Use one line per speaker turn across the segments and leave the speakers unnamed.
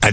À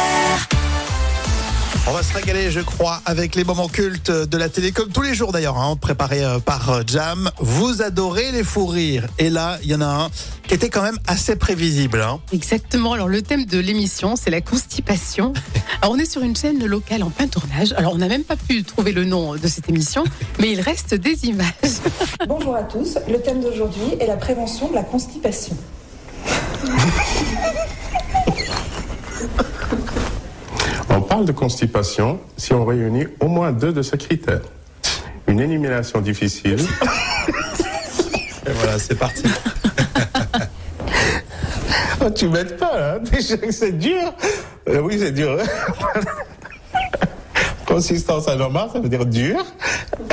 On va se régaler, je crois, avec les moments cultes de la télé, comme tous les jours d'ailleurs, hein, préparés euh, par euh, Jam. Vous adorez les fous rires. Et là, il y en a un qui était quand même assez prévisible. hein.
Exactement. Alors, le thème de l'émission, c'est la constipation. Alors, on est sur une chaîne locale en plein tournage. Alors, on n'a même pas pu trouver le nom de cette émission, mais il reste des images.
Bonjour à tous, le thème d'aujourd'hui est la prévention de la constipation.
On parle de constipation si on réunit au moins deux de ces critères. Une élimination difficile
Et voilà, c'est parti.
Oh, tu m'aides pas, là. Déjà que c'est dur. Euh, oui, c'est dur. hein. Consistance anormale, ça veut dire dur.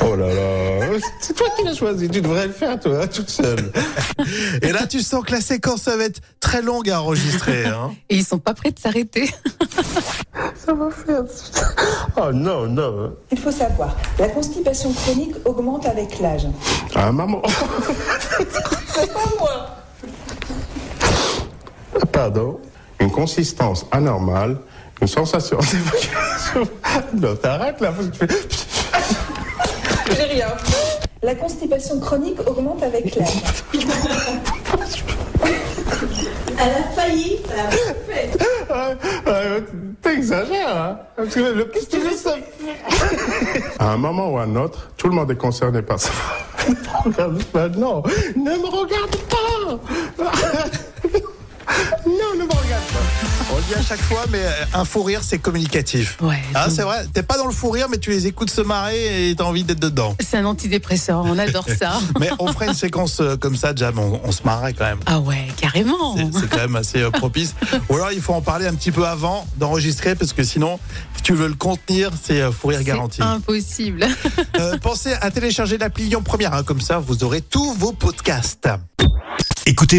Oh là là. C'est toi qui l'as choisi. Tu devrais le faire, toi, hein, toute seule.
Et là, tu sens que la séquence ça va être très longue à enregistrer. hein.
Et ils sont pas prêts de s'arrêter.
Ça va faire. Oh non, non.
Il faut savoir, la constipation chronique augmente avec l'âge.
Ah, maman. Pardon. Une consistance anormale, une sensation. non, t'arrêtes là. parce que tu fais-
J'ai rien. La constipation chronique augmente avec l'âge.
Ouais, ouais, T'exagères, hein Parce que le petit tu ça. À un moment ou à un autre, tout le monde est concerné par ça. ne me regarde pas, non Ne me regarde pas Non, ne me regarde pas
On le dit à chaque fois, mais euh, un fou rire, c'est communicatif.
Ouais.
Hein,
donc,
c'est vrai, t'es pas dans le fou rire, mais tu les écoutes se marrer et t'as envie d'être dedans.
c'est un antidépresseur. On adore ça.
Mais on ferait une séquence euh, comme ça, Jam, on, on se marrait quand même.
Ah ouais, carrément.
C'est c'est quand même assez euh, propice. Ou alors il faut en parler un petit peu avant d'enregistrer parce que sinon, si tu veux le contenir, c'est euh, fou rire garanti.
C'est impossible.
Euh, pensez à télécharger l'appli Lyon Première, hein, comme ça vous aurez tous vos podcasts.
Écoutez